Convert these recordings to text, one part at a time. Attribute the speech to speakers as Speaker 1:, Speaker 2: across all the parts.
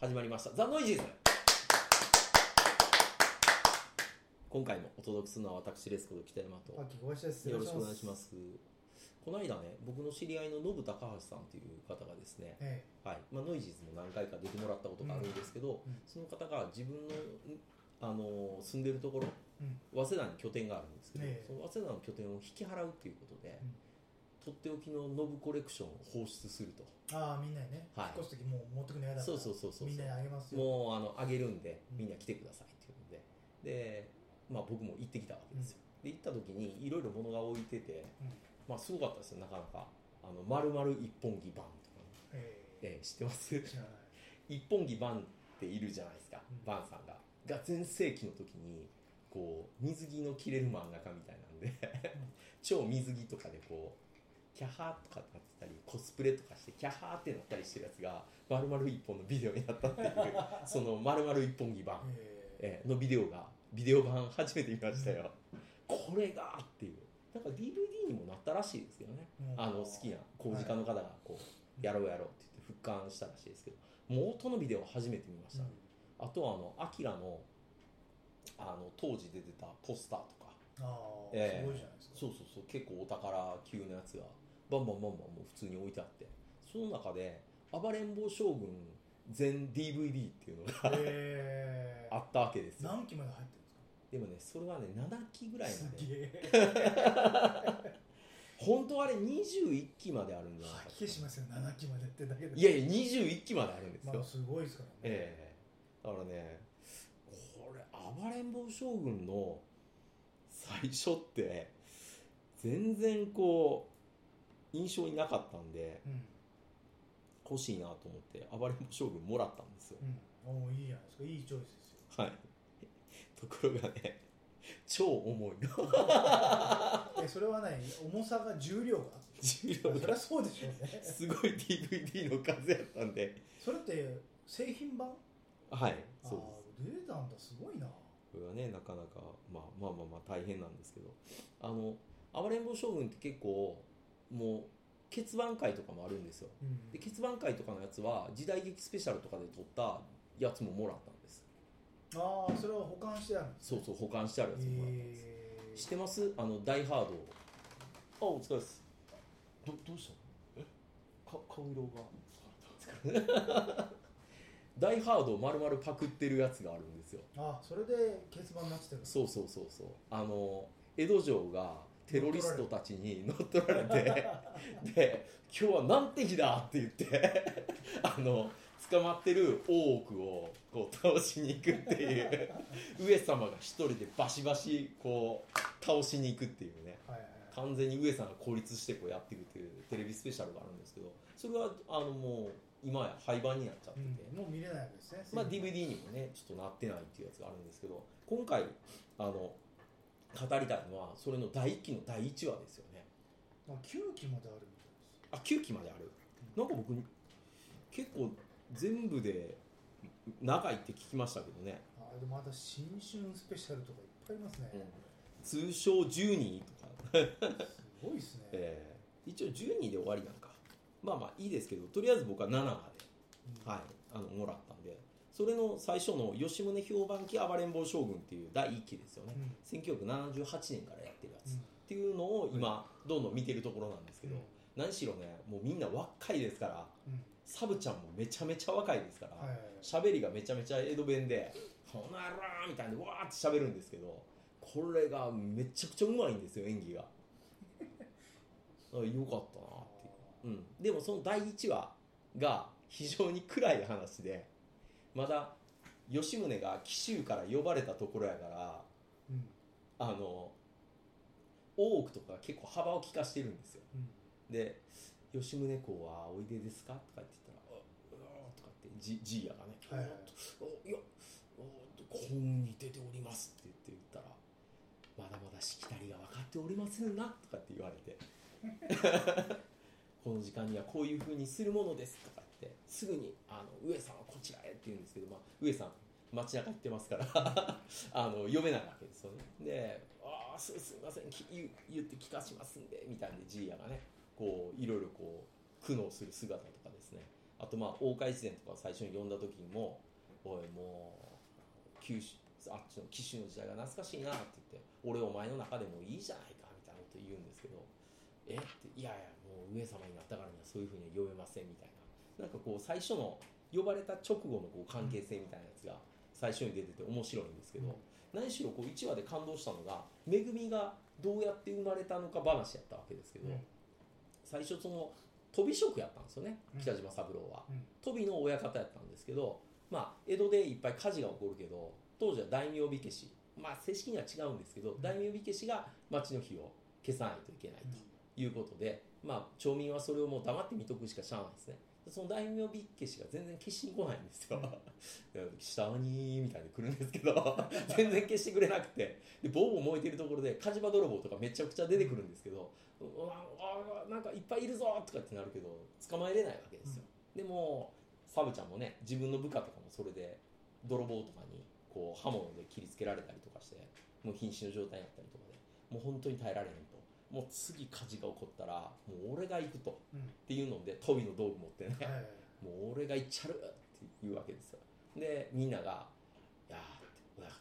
Speaker 1: 始まりました「ザ・ノイジーズ」今回もお届けするのは私レスこと北山と
Speaker 2: 秋小林です。
Speaker 1: よろしくお願いしま。すこの間ね僕の知り合いのノブ高橋さんという方がですね、
Speaker 2: え
Speaker 1: はいまあ、ノイジーズも何回か出てもらったことがあるんですけど、
Speaker 2: うんうん
Speaker 1: その方が自分のんあの住んでるところ
Speaker 2: え、うん、
Speaker 1: 早稲田に拠点があるんですけど、
Speaker 2: ええ
Speaker 1: その早稲田の拠点を引き払うということで、
Speaker 2: うん
Speaker 1: とっておきのノブコレクションを放出すると
Speaker 2: ああみんなにね、
Speaker 1: はい
Speaker 2: 引っ越す時もう持ってくのやだから、
Speaker 1: そうそうそうそう
Speaker 2: みんなにあげますよ。
Speaker 1: もうあのあげるんで
Speaker 2: うん
Speaker 1: みんな来てくださいっていうのでで、まあ、僕も行ってきたわけですよ、で行った時にいろいろ物が置いてて、
Speaker 2: うん
Speaker 1: まあ、すごかったですよなかなかあの丸々一本木バンとかね、
Speaker 2: ええ
Speaker 1: ええ知ってます
Speaker 2: 知らない。
Speaker 1: 一本木バンっているじゃないですか、
Speaker 2: うん
Speaker 1: バンさんがが全盛期の時にこう水着の着れる真ん中みたいなんで 超水着とかでこうキャハーとかってなってたりコスプレとかしてキャハーってなったりしてるやつが丸々一本のビデオになったっていうその丸々一本木バン
Speaker 2: ええ
Speaker 1: えーのビデオがビデオ版初めて見ましたよ、これがっていうなんか DVD にもなったらしいですけどね、
Speaker 2: うん
Speaker 1: あの好きな工事家の方がこうやろうやろうって言って復刊したらしいですけど元のビデオを初めて見ました、
Speaker 2: うん
Speaker 1: あとはあのアキラのあの当時出てたポスターとか
Speaker 2: ああ、
Speaker 1: ええ
Speaker 2: すごいじゃないですか。
Speaker 1: そうそうそう結構お宝級のやつがバンバンバンバンもう普通に置いてあってその中で「暴れん坊将軍」全 DVD っていうのが
Speaker 2: え え
Speaker 1: あったわけですよ
Speaker 2: 何期まで入ってるんですか。
Speaker 1: でもねそれはね7期ぐらいまです
Speaker 2: げえ。
Speaker 1: 本当あれ21期まであるんじゃない
Speaker 2: は
Speaker 1: か
Speaker 2: っきりしますよ。七期までってだけで。
Speaker 1: いやいや21期まであるんですよ、
Speaker 2: まあすごいですからね。
Speaker 1: ええだからねこれ暴れん坊将軍の最初って全然こう印象になかったんで
Speaker 2: うん
Speaker 1: 欲しいなと思って暴れん坊将軍もらったんですよ
Speaker 2: うん。おおいいじゃないですか。いいチョイスですよ。
Speaker 1: はいところがね超重いの
Speaker 2: えそれはね重さが重量が。
Speaker 1: 重
Speaker 2: そ
Speaker 1: 量
Speaker 2: り
Speaker 1: が
Speaker 2: ゃそうでしょうね。
Speaker 1: すごい DVD の数やったんで
Speaker 2: それって製品版。
Speaker 1: はい
Speaker 2: あ
Speaker 1: そうです
Speaker 2: あ出たんだすごいな
Speaker 1: これはねなかなか、まあ、まあまあまあ大変なんですけどあの暴れん坊将軍って結構もう結番会とかもあるんですよ
Speaker 2: うん
Speaker 1: で結番会とかのやつは時代劇スペシャルとかで撮ったやつももらったんです
Speaker 2: ああそれは保管してあるんです
Speaker 1: そうそう保管してあるやつももらったんです、
Speaker 2: へえ
Speaker 1: 知ってますあの「ダイハード」あお疲れですどどうしたのえ顔色が疲れた ダイハードを丸々パクってるやつがあるんですよ
Speaker 2: あそれで結番になってる
Speaker 1: そうそうそうそうあの江戸城がテロリストたちに乗っ取られてで今日は何敵だって言って あの捕まってる大奥をこう倒しに行くっていう 上様が一人でバシバシこう倒しに行くっていうね
Speaker 2: はいはいはい
Speaker 1: 完全に上様が孤立してこうやっていくっていうテレビスペシャルがあるんですけどそれはあのもう今や廃盤になっちゃってて、
Speaker 2: うんもう見れないわけですね
Speaker 1: まあ、DVD にもねちょっとなってないっていうやつがあるんですけど今回あの語りたいのはそれの第1期の第1話ですよね
Speaker 2: まあ9期まであるみたいです
Speaker 1: あ9期まであるなんか僕結構全部で長いって聞きましたけどね、
Speaker 2: あでもまた新春スペシャルとかいっぱいありますね、
Speaker 1: 通称10人とか、
Speaker 2: すごいですね、
Speaker 1: えー一応10人で終わりなんかまあまあいいですけどとりあえず僕は7まで
Speaker 2: うん
Speaker 1: はい、あのもらったんでそれの最初の「吉宗評判記暴れん坊将軍」っていう第1期ですよね、
Speaker 2: うん
Speaker 1: 1978年からやってるやつ、
Speaker 2: うん
Speaker 1: っていうのを今どんどん見てるところなんですけど、
Speaker 2: うん
Speaker 1: 何しろねもうみんな若いですから
Speaker 2: うん
Speaker 1: サブちゃんもめちゃめちゃ若いですから
Speaker 2: はいはいはい
Speaker 1: 喋、りがめちゃめちゃ江戸弁で「ほなら」みたいにわーって喋るんですけどこれがめちゃくちゃうまいんですよ演技があよかったなっていううん、でもその第1話が非常に暗い話でまだ吉宗が紀州から呼ばれたところやから
Speaker 2: うん
Speaker 1: あの大奥とか結構幅を利かしてるんですよ
Speaker 2: うん
Speaker 1: で「吉宗公はおいでですか?」とか言ってたらあ「うわーとか言ってじじいやがね「
Speaker 2: はいはい
Speaker 1: おっとおいやおっと幸運に出ております」って言って言ったら「まだまだしきたりが分かっておりませんな」とかって言われて 「この時間にはこういうふうにするものです」とか言ってすぐにあの「上さんはこちらへ」って言うんですけど、まあ、上さん街中行ってますから あの読めないわけですよねで「ああすすみませんき言う言って聞かしますんで」みたいなんでじいやがねこういろいろこう苦悩する姿とかですねあとまあ大岡越前とか最初に呼んだ時にも「おいもう九州あっちの紀州の時代が懐かしいな」って言って「俺お前の中でもいいじゃないか」みたいなこと言うんですけど「えっ?」て「いやいやもう上様になったからにはそういうふうには呼べません」みたいななんかこう最初の呼ばれた直後のこう関係性みたいなやつが最初に出てて面白いんですけど、何しろこう1話で感動したのが恵みがどうやって生まれたのか話やったわけですけど、
Speaker 2: うん
Speaker 1: 最初その飛び職やったんですよね
Speaker 2: うん
Speaker 1: 北島三郎は、
Speaker 2: うん
Speaker 1: 飛びの親方やったんですけど、まあ、江戸でいっぱい火事が起こるけど当時は大名火消し、まあ、正式には違うんですけど、
Speaker 2: ん
Speaker 1: 大名火消しが町の火を消さないといけないと。いうことで、まあ、町民はそれをもう黙って見とくしかしゃあないですねでその大名火消しが全然消しに来ないんですよ「 下に」みたいに来るんですけど 全然消してくれなくてでボーボー燃えてるところで火事場泥棒とかめちゃくちゃ出てくるんですけど「うわあなんかいっぱいいるぞ」とかってなるけど捕まえれないわけですよ、でもサブちゃんもね自分の部下とかもそれで泥棒とかにこう刃物で切りつけられたりとかしてもう瀕死の状態になったりとかでもう本当に耐えられへんともう次火事が起こったらもう俺が行くと
Speaker 2: うん
Speaker 1: っていうので飛びの道具持ってね、
Speaker 2: はいはい
Speaker 1: もう俺が行っちゃるって言うわけですよでみんなが「いやーって親方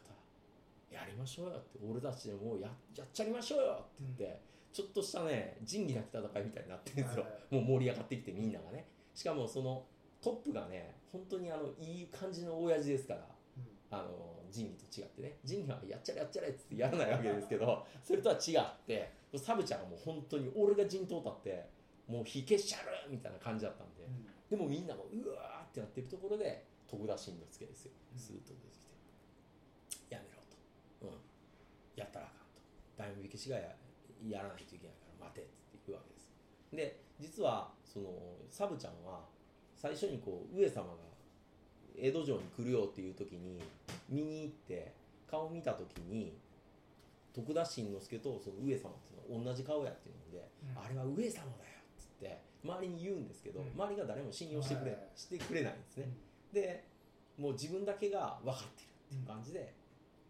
Speaker 1: やりましょうよ」って俺たちでもうややっちゃりましょうよって言って、ちょっとしたね仁義なき戦いみたいになってるんですよ
Speaker 2: はいは
Speaker 1: もう盛り上がってきてみんながねしかもそのトップがね本当にあのいい感じの親父ですから
Speaker 2: うん
Speaker 1: あの仁義と違ってね仁義はやっちゃれやっちゃれっつってやらないわけですけど それとは違ってサブちゃんはもう本当に俺が陣頭立ってもう火消しちゃるみたいな感じだったんで、
Speaker 2: うん
Speaker 1: でもみんなもうわーってなってるところで徳田新之助ですよ
Speaker 2: うん
Speaker 1: スーッと出てきて、やめろと、うん、やったらあかんと大名火消しがややらないといけないから待てって言うわけですで実はそのサブちゃんは最初にこう上様が江戸城に来るよっていう時に見に行って顔見た時に徳田新之助とその上様っていうのは同じ顔やっていうので、
Speaker 2: うん
Speaker 1: あれは上様だよっつって周りに言うんですけど、
Speaker 2: うん
Speaker 1: 周りが誰も信用してくれ,、
Speaker 2: はい
Speaker 1: してくれないんですね、でもう自分だけが分かってるっていう感じで、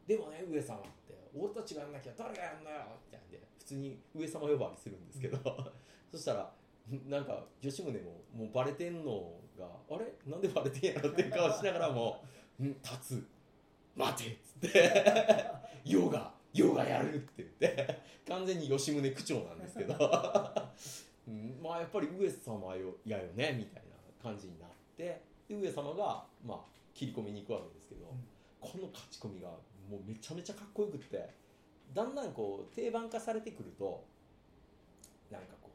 Speaker 1: でもね上様って俺たちがやんなきゃ誰がやんだよみたいなんで普通に上様呼ばわりするんですけど、 そしたらなんか吉宗ももうバレてんのがあれなんでバレてんやろっていう顔しながら も「うん立つ待て」っつって 「ヨガヨガやる」って言って完全に吉宗区長なんです けどうんまあやっぱり上様よやよねみたいな感じになってで上様がまあ切り込みに行くわけですけど、
Speaker 2: うん
Speaker 1: この勝ち込みがもうめちゃめちゃかっこよくってだんだんこう定番化されてくるとなんかこ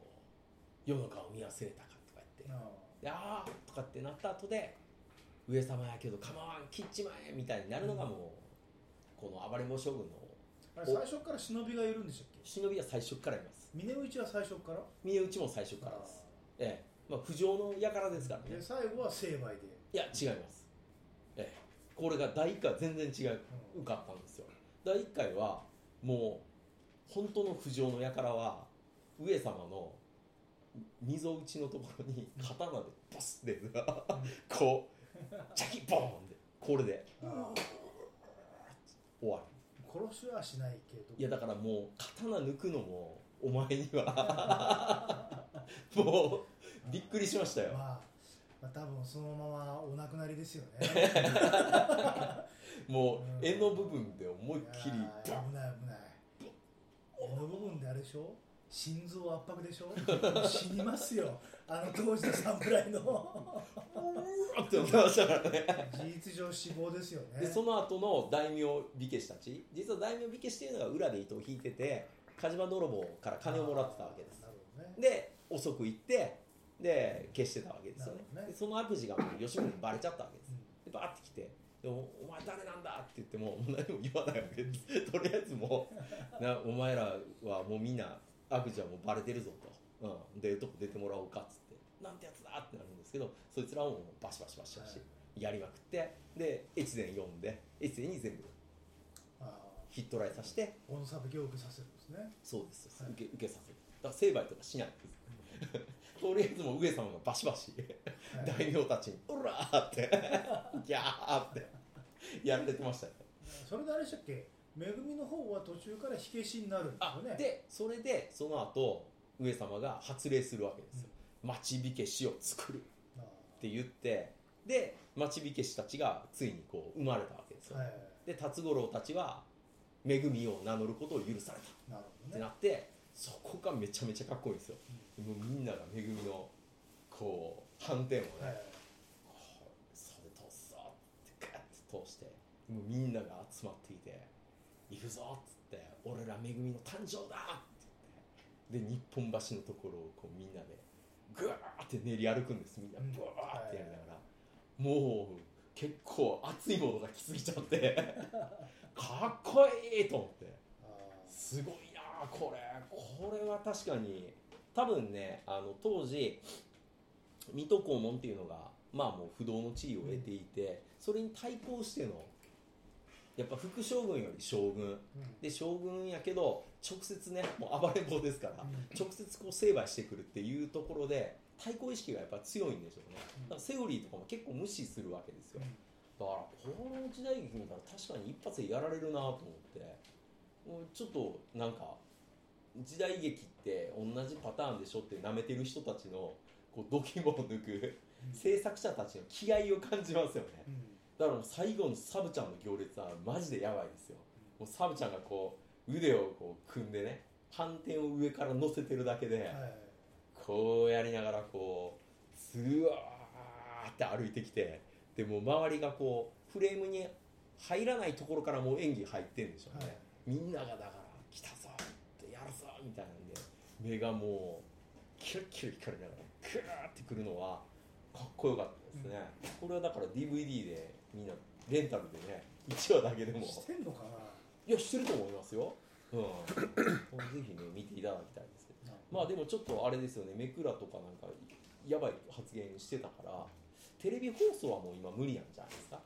Speaker 1: う世の顔見忘れたかとか言って
Speaker 2: あ
Speaker 1: 「でああ」とかってなった後で「上様やけど構わん切っちまえ」みたいになるのがもう、この暴れん坊将軍の
Speaker 2: ああれ最初から忍びがいるんでしたっけ
Speaker 1: 忍びは最初からいます
Speaker 2: 峰内は最初から
Speaker 1: 峰内も最初からですええまあ不浄の輩ですからね
Speaker 2: で最後は成敗で、
Speaker 1: いや違いますええこれが第一回は全然違う
Speaker 2: うん
Speaker 1: 受かったんですよ第1回はもう本当の不浄の輩は上様の溝打ちのところに刀で バスってこうチャキボーンってこれで
Speaker 2: あ
Speaker 1: 終わ
Speaker 2: あ殺しはしないけど
Speaker 1: りいやだからもう刀抜くのもお前には もうびっくりしましたよ
Speaker 2: まあ、まあ、多分そのままお亡くなりですよ ね
Speaker 1: もう柄の部分で思いっきり
Speaker 2: いやー危ない危ないあの部分であれでしょ心臓圧迫でしょ 死にますよあの当時の侍の
Speaker 1: ボーって思ってましたからね
Speaker 2: 事実上死亡ですよね
Speaker 1: でその後の大名火消したち実は大名火消しっていうのが裏で糸を引いてて火事場泥棒から金をもらってたわけです
Speaker 2: なるほどね
Speaker 1: で遅く行ってで消してたわけですよね
Speaker 2: なるほどね
Speaker 1: でその悪事がもう吉宗にバレちゃったわけです
Speaker 2: うん
Speaker 1: でバーって来てでお「お前誰なんだ?」って言ってももう何も言わないわけですとりあえずもうな「お前らはもうみんな悪事はもうバレてるぞ」と「うん、でどこ出てもらおうか」っつって「なんてやつだ!」ってなるんですけどそいつらをもうバシバシバシバシ
Speaker 2: は
Speaker 1: やりまくってで越前呼んで越前に全部
Speaker 2: あ
Speaker 1: ヒットライさせて
Speaker 2: あ、音差を受けさせるんですね。
Speaker 1: そうです、
Speaker 2: はい
Speaker 1: 受け受けさせるだから成敗とかしないです とりあえずもう上様がバシバ シ
Speaker 2: はい
Speaker 1: 大名たちに「オラ!」って「ギャー!」ってやられてましたよ
Speaker 2: それであれでしたっけ、めぐみの方は途中から火消しになるんです
Speaker 1: あ
Speaker 2: よね。
Speaker 1: でそれでその後上様が発令するわけですよ「町火消しを作る」
Speaker 2: ああ、
Speaker 1: っって言ってで町火消したちがついにこう生まれたわけですよ、
Speaker 2: はい
Speaker 1: で辰五郎たちは恵みを名乗ることを許された
Speaker 2: なる
Speaker 1: っ
Speaker 2: ほ
Speaker 1: て
Speaker 2: ど
Speaker 1: な
Speaker 2: ね
Speaker 1: ってそこがめちゃめちゃかっこいいんですよもうみんなが恵みのこう反転をね、
Speaker 2: うんはい
Speaker 1: こうそれ通すぞってガッて通してもうみんなが集まっていて行くぞっつって俺ら恵みの誕生だって言ってで日本橋のところをこうみんなでグワーって練り歩くんですみんな
Speaker 2: うん
Speaker 1: ブワーってやりながら、もう結構熱いものが来すぎちゃって かっこいいと思って。
Speaker 2: あ
Speaker 1: すごいなあこれこれは確かに多分ねあの当時水戸黄門っていうのがまあもう不動の地位を得ていてそれに対抗してのやっぱ副将軍より将軍
Speaker 2: ーうん
Speaker 1: で将軍やけど直接ねもう暴れん坊ですから
Speaker 2: うん
Speaker 1: 直接こう成敗してくるっていうところで対抗意識がやっぱ強いんでしょうね
Speaker 2: うん
Speaker 1: だからセオリーとかも結構無視するわけですよだからこの時代劇見たら確かに一発でやられるなと思ってもうちょっとなんか時代劇って同じパターンでしょって舐めてる人たちのこう度肝を抜く制作者たちの気合を感じますよね
Speaker 2: うん
Speaker 1: だから最後のサブちゃんの行列はマジでやばいですよもうサブちゃんがこう腕をこう組んでね反転を上から乗せてるだけで、
Speaker 2: はい
Speaker 1: こうやりながらこうずわーって歩いてきてでもう周りがこうフレームに入らないところからもう演技入ってんでしょうね、
Speaker 2: はい
Speaker 1: みんながだから「来たぞ!」って「やるぞ!」みたいなんで目がもうキラッキラ光りながらクーってくるのはかっこよかったですね、これはだから DVD でみんなレンタルでね1話だけでも
Speaker 2: してんのかない
Speaker 1: やしてると思いますよ うんぜひね見ていただきたいですけどまあでもちょっとあれですよね、めくらとかなんかやばい発言してたから、テレビ放送はもう今無理なんじゃないですか、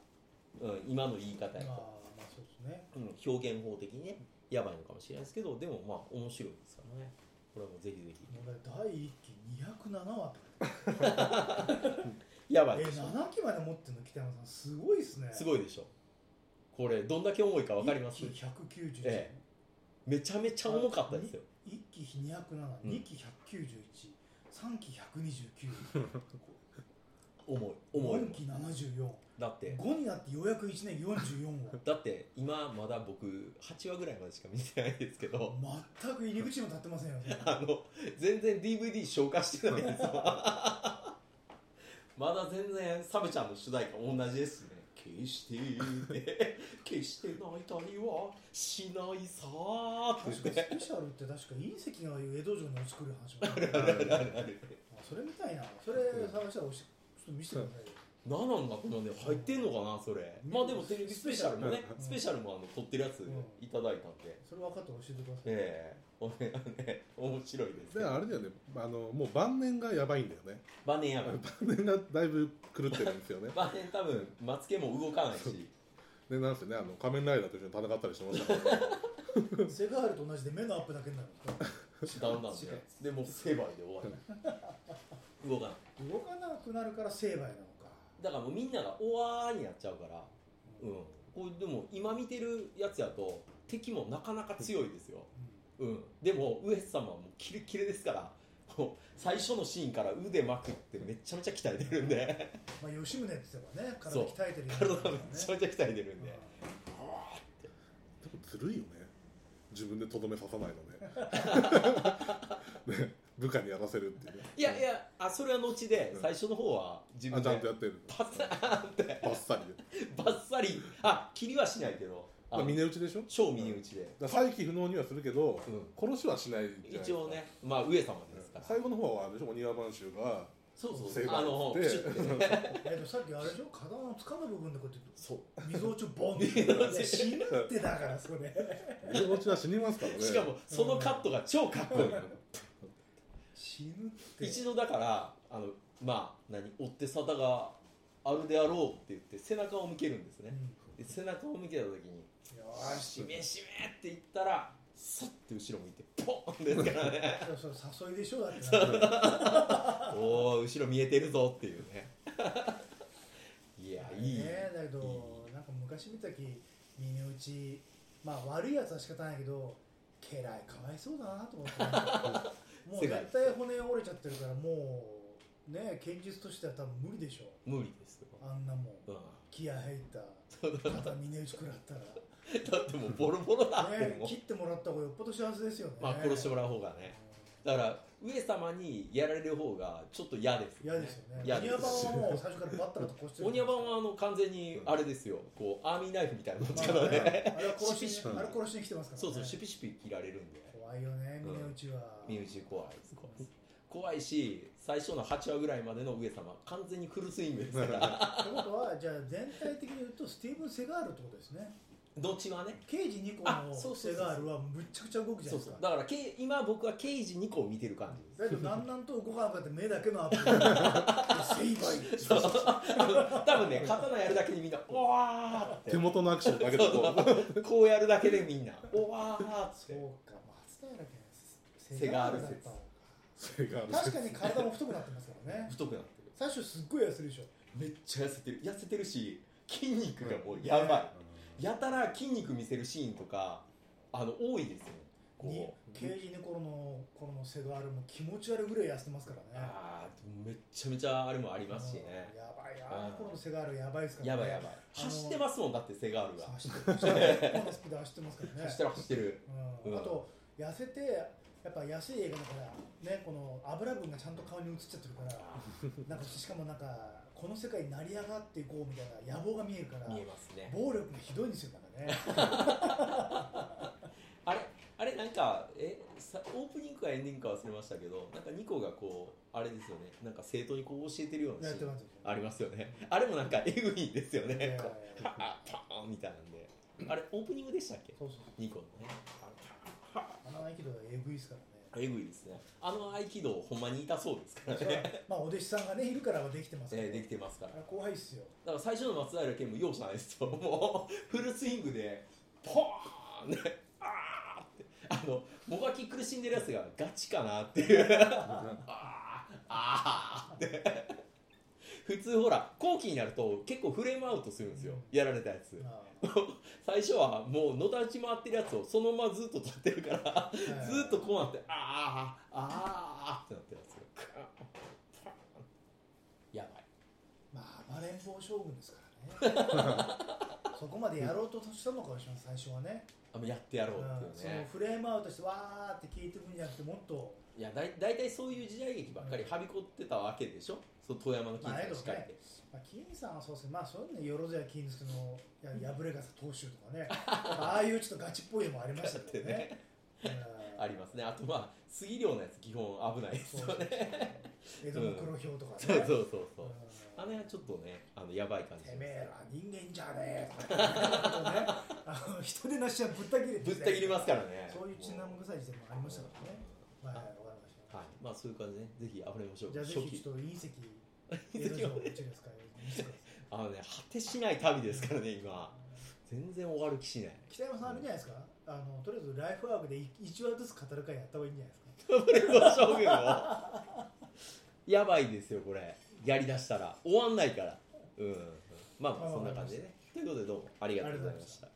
Speaker 1: うん、今の言い方
Speaker 2: まあ
Speaker 1: や
Speaker 2: ま
Speaker 1: と、
Speaker 2: あそうですね
Speaker 1: うん、表現法的にね、やばいのかもしれないですけど、でもまあ面白いですからね、これはもうぜひぜひ、
Speaker 2: 俺第一期207話と
Speaker 1: やばい
Speaker 2: え
Speaker 1: でしょ、
Speaker 2: 7期まで持ってるの北山さんすごいですね
Speaker 1: す
Speaker 2: い
Speaker 1: ごいでしょ、これ、どんだけ重いか分かります
Speaker 2: 1期191、
Speaker 1: えめちゃめちゃ重かったですよ、
Speaker 2: 1期207、
Speaker 1: うん
Speaker 2: 2期191、3期129、
Speaker 1: 重い、重い
Speaker 2: 4
Speaker 1: 重
Speaker 2: 期
Speaker 1: い。
Speaker 2: 74、
Speaker 1: だって、
Speaker 2: 5になってようやく1年44
Speaker 1: だって今まだ僕、8話ぐらいまでしか見てないですけど。
Speaker 2: を、全く入り口も立ってませんよ ね。
Speaker 1: あの全然 DVD 消化してないんですよまだ全然サブちゃんの主題歌同じですね決してね決して泣いたりはしないさー
Speaker 2: 確
Speaker 1: って
Speaker 2: か
Speaker 1: ね
Speaker 2: スペシャルって確か隕石が江戸城に落ちてくる話もあ
Speaker 1: あ
Speaker 2: る
Speaker 1: るあ るある
Speaker 2: あそれみたいな。それ探したら教えちょっと見せてくださいよ。
Speaker 1: 何なんだこのね入ってんのかなそれまあでもテレビスペシャルもね
Speaker 2: うん
Speaker 1: スペシャルもあの撮ってるやついただいたんで、
Speaker 2: それ分かったら教えてください。
Speaker 1: ええこれはね面白いです
Speaker 3: であれだよねあのもう晩年がやばいんだよね
Speaker 1: バネやばい
Speaker 3: 晩年がだいぶ狂ってるんですよね
Speaker 1: バネ多分マツケも動かないし
Speaker 3: でなんせねあの仮面ライダーと一緒に戦ったりしてましたからね
Speaker 2: セガールと同じで目のアップだけになるんです
Speaker 1: ダウンダウンで
Speaker 2: 違う
Speaker 1: でもう成敗で終わり 動かない
Speaker 2: か動かなくなるから成敗なのか。
Speaker 1: だからもうみんなが「おわー」になっちゃうからうん
Speaker 2: うん
Speaker 1: これでも今見てるやつやと敵もなかなか強いですよ、うん、でもウエス様はもうキレッキレですからもう最初のシーンから腕まくってめちゃめちゃ鍛えてるんで
Speaker 2: まあ、吉宗って言えばね、体
Speaker 1: そう
Speaker 2: 鍛えてるよう
Speaker 1: 体
Speaker 2: な
Speaker 1: めちゃめちゃ鍛えてるんで
Speaker 3: でもずるいよね自分でとどめ刺さないのね ね部下にやらせるっていうね
Speaker 1: いやいやあそれは後で
Speaker 3: うん
Speaker 1: 最初の方は自
Speaker 3: あ
Speaker 1: 分
Speaker 3: ち
Speaker 1: で
Speaker 3: ゃんとやってる
Speaker 1: パサーンって
Speaker 3: バッサリで
Speaker 1: バッサリあ切りはしないけどあ
Speaker 3: まあ峰打ちでしょ
Speaker 1: 超峰打ちで、
Speaker 3: だから再起不能にはするけど、
Speaker 1: うん
Speaker 3: 殺しはしないじゃないですか
Speaker 1: 一応ねまあ上様ですから、
Speaker 3: 最後の方はあれでしょお庭番衆が
Speaker 1: そうそう
Speaker 3: 成敗
Speaker 1: あのプチ
Speaker 3: して
Speaker 1: ッて ね
Speaker 2: えっと、さっきあれでしょ、刀のつかむ部分でこうやっ
Speaker 1: そう
Speaker 2: て、溝落ちをボンって。
Speaker 1: 溝落ち
Speaker 2: いや死ぬってだから、それ。
Speaker 3: 水落ちは死にますからね
Speaker 1: しかもそのカットが超かっこいい、
Speaker 2: 死ぬって。
Speaker 1: 一度だからあのまあ何追って沙汰があるであろうって言って背中を向けるんです
Speaker 2: う
Speaker 1: ね、
Speaker 2: ん
Speaker 1: で背中を向けた時に
Speaker 2: よ
Speaker 1: 「
Speaker 2: ーし
Speaker 1: し。めしめ」って言ったらスッて後ろ向いてポンですから ね
Speaker 2: そうそう、誘いでしょ、だってな。
Speaker 1: おお後ろ見えてるぞっていうねいやいい、
Speaker 2: ね、だけど、なんか昔見たき、身内ち、まあ、悪いやつは仕方ないけど、家来 かわいそうだなと思って。もう
Speaker 1: 世界
Speaker 2: 絶対骨折れちゃってるから、もう。ね剣術としては多分無理でしょ
Speaker 1: 無理ですよ、
Speaker 2: あんなもん
Speaker 1: うん、
Speaker 2: 気合入った肩峰打ち食 らったら
Speaker 1: だってもうボロボロだって
Speaker 2: ね
Speaker 1: もう、
Speaker 2: 切ってもらった方がよっぽど幸せですよね。
Speaker 1: まあ殺してもらう方がねだから上様にやられる方がちょっと嫌です
Speaker 2: 嫌ですよね。
Speaker 1: 嫌
Speaker 2: オ
Speaker 1: で
Speaker 2: ニ
Speaker 1: す
Speaker 2: ヤバンは もう最初からバッタラと殺してる。
Speaker 1: オニヤバンはあの完全にあれですよこうアーミーナイフみたいなの持
Speaker 2: ま
Speaker 1: ち
Speaker 2: あ
Speaker 1: 方で、
Speaker 2: ね、あれは殺し
Speaker 1: シュ
Speaker 2: に、
Speaker 3: ピ
Speaker 2: あれ殺しに来てますからね。
Speaker 1: そうそうシュピシュピ切られるんで
Speaker 2: 怖いよね、
Speaker 1: うん
Speaker 2: 峰打ちは。
Speaker 1: 身内怖いです怖いです怖いし最初の8話ぐらいまでの上様完全にフルスイングですから
Speaker 2: ってことは、じゃあ全体的に言うと、スティーブン・セガールってことですね。
Speaker 1: どっちはね
Speaker 2: 刑事2
Speaker 1: あ
Speaker 2: 個
Speaker 1: そう
Speaker 2: の
Speaker 1: そうそうそう
Speaker 2: セガールはむっちゃくちゃ動くじゃ
Speaker 1: そ
Speaker 2: ないうです
Speaker 1: そうだ
Speaker 2: か。
Speaker 1: からけ今僕は刑事2個を見てる感じです
Speaker 2: だけど、なんなんと動かなかった目だけ のアップ。で精一杯。そうそう
Speaker 1: 多分ね刀やるだけでみんな「おわ!」って
Speaker 3: 手元のアクションだけだと
Speaker 1: こうやるだけでみんな「おわ!」って
Speaker 2: か、松平健。
Speaker 1: セガール
Speaker 2: だっ
Speaker 1: 説
Speaker 2: たの
Speaker 3: 性がある
Speaker 2: 確かに体も太くなってますからね。
Speaker 1: 太くなってる
Speaker 2: 最初すっごい痩せるでしょ
Speaker 1: めっちゃ痩せてる痩せてるし筋肉がもうやばいやたら筋肉見せるシーンとかあの多いですよ
Speaker 2: に
Speaker 1: こう
Speaker 2: 刑事の頃の頃のセドアルも気持ち悪いぐらい痩せてますからね
Speaker 1: あーめっちゃめちゃあれもありますしね
Speaker 2: もうやばいあの頃のセガールやばいですから
Speaker 1: や
Speaker 2: ね
Speaker 1: ばいやばい走ってますもんだってセガールが
Speaker 2: 走ってますねこのスピード走ってますからね
Speaker 1: 走ってる走ってる
Speaker 2: う、
Speaker 1: うんん
Speaker 2: あと痩せてやっぱ安い映画だからねこの油分がちゃんと顔に映っちゃってる からなんかしかもなんかこの世界に成り上がっていこうみたいな野望が見えるから
Speaker 1: 見えますね
Speaker 2: 暴力がひどいんですよなん かね
Speaker 1: あれあれなんかえさオープニングかエンディングか忘れましたけどなんかニコがこうあれですよねなんか生徒にこう教えてるような
Speaker 2: やっ
Speaker 1: シ
Speaker 2: て
Speaker 1: ーン
Speaker 2: ますよ
Speaker 1: ありますよねあれもなんかエグいんですよ
Speaker 2: いやいやい
Speaker 1: ね
Speaker 2: や
Speaker 1: こうパーンみたいなんであれオープニングでしたっけ
Speaker 2: そうそう
Speaker 1: ニコのね
Speaker 2: あの合気道がエグいですからね
Speaker 1: エグいですねあの合気道ほんまに痛そうです から
Speaker 2: そ
Speaker 1: ね、
Speaker 2: れはまあお弟子さんがねいるからはできてますけど、
Speaker 1: えーできてますから
Speaker 2: あれ怖いっすよ
Speaker 1: だから最初の松平健も容赦ないですよもうフルスイングでポーンねあーってあのもがき苦しんでるやつがガチかなっていうあーあーって普通ほら後期になると結構フレームアウトするんですよやられたやつ
Speaker 2: ま
Speaker 1: 最初はもうのたうち回ってるやつをそのままずっと立ってるから
Speaker 2: あず
Speaker 1: ずっとこうなってあーあーあーってなってるやつがカーンやばい
Speaker 2: まあ暴れん坊将軍です からねそこまでやろうとしたのかもしれない最初はね
Speaker 1: あもうやってやろう
Speaker 2: うん
Speaker 1: っていう
Speaker 2: そ
Speaker 1: ね
Speaker 2: のフレームアウトしてわーって聞いてくんじゃなくてもっと
Speaker 1: いやだい大体そういう時代劇ばっかりはびこってたわけでしょ、その富山の金さんしかりで、
Speaker 2: まあ、金さんはそうですねまあそういうのねよろずや金助のや破れ傘投手とかねやっぱああいうちょっとガチっぽいのもありましたけどねう ん
Speaker 1: ありますねあとまあ杉涼のやつ基本危ないです
Speaker 2: そう
Speaker 1: よ
Speaker 2: そうそう
Speaker 1: ね
Speaker 2: 江戸の黒ひょうとかね
Speaker 1: そうそうそうそう、
Speaker 2: うん
Speaker 1: あの辺はちょっとねあのやばい感じ
Speaker 2: てめえら人間じゃねえとかねあの人でなしはぶった切れて
Speaker 1: ぶった切りますからね
Speaker 2: そういう血なむ
Speaker 1: も
Speaker 2: 臭い時代もありましたからね
Speaker 1: う
Speaker 2: はい
Speaker 1: あ
Speaker 2: わかりました
Speaker 1: はいまあそういう感じでねぜひあふれましょう
Speaker 2: じゃあぜ
Speaker 1: 初
Speaker 2: ひ
Speaker 1: 期
Speaker 2: ちょっと隕石
Speaker 1: 隕石を
Speaker 2: 江戸城うちですから見せてください
Speaker 1: あのね果てしない旅ですからね今全然終わる気しない
Speaker 2: 北山さんあれじゃないですかあのとりあえずライフワークで一話ずつ語る会やった方がいいんじゃないです
Speaker 1: フ
Speaker 2: か
Speaker 1: レンド将軍をやばいですよこれやりだしたら終わんないからうんまあまあそんな感じでねということでどうもありがとうございました